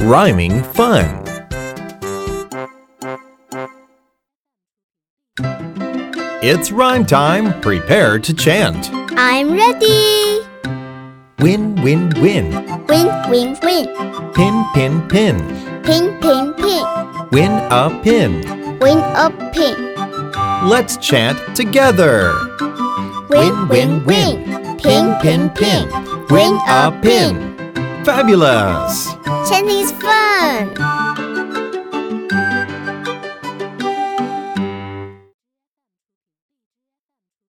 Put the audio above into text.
Rhyming fun. It's rhyme time. Prepare to chant. I'm ready. Win, win, win. Win, win, win. Pin, pin, pin. Pin, pin, pin. Win a pin. Win a pin. Let's chant together. Win, win, win. Pin, pin, pin. Win a pin. Fabulous. Chanting is fun.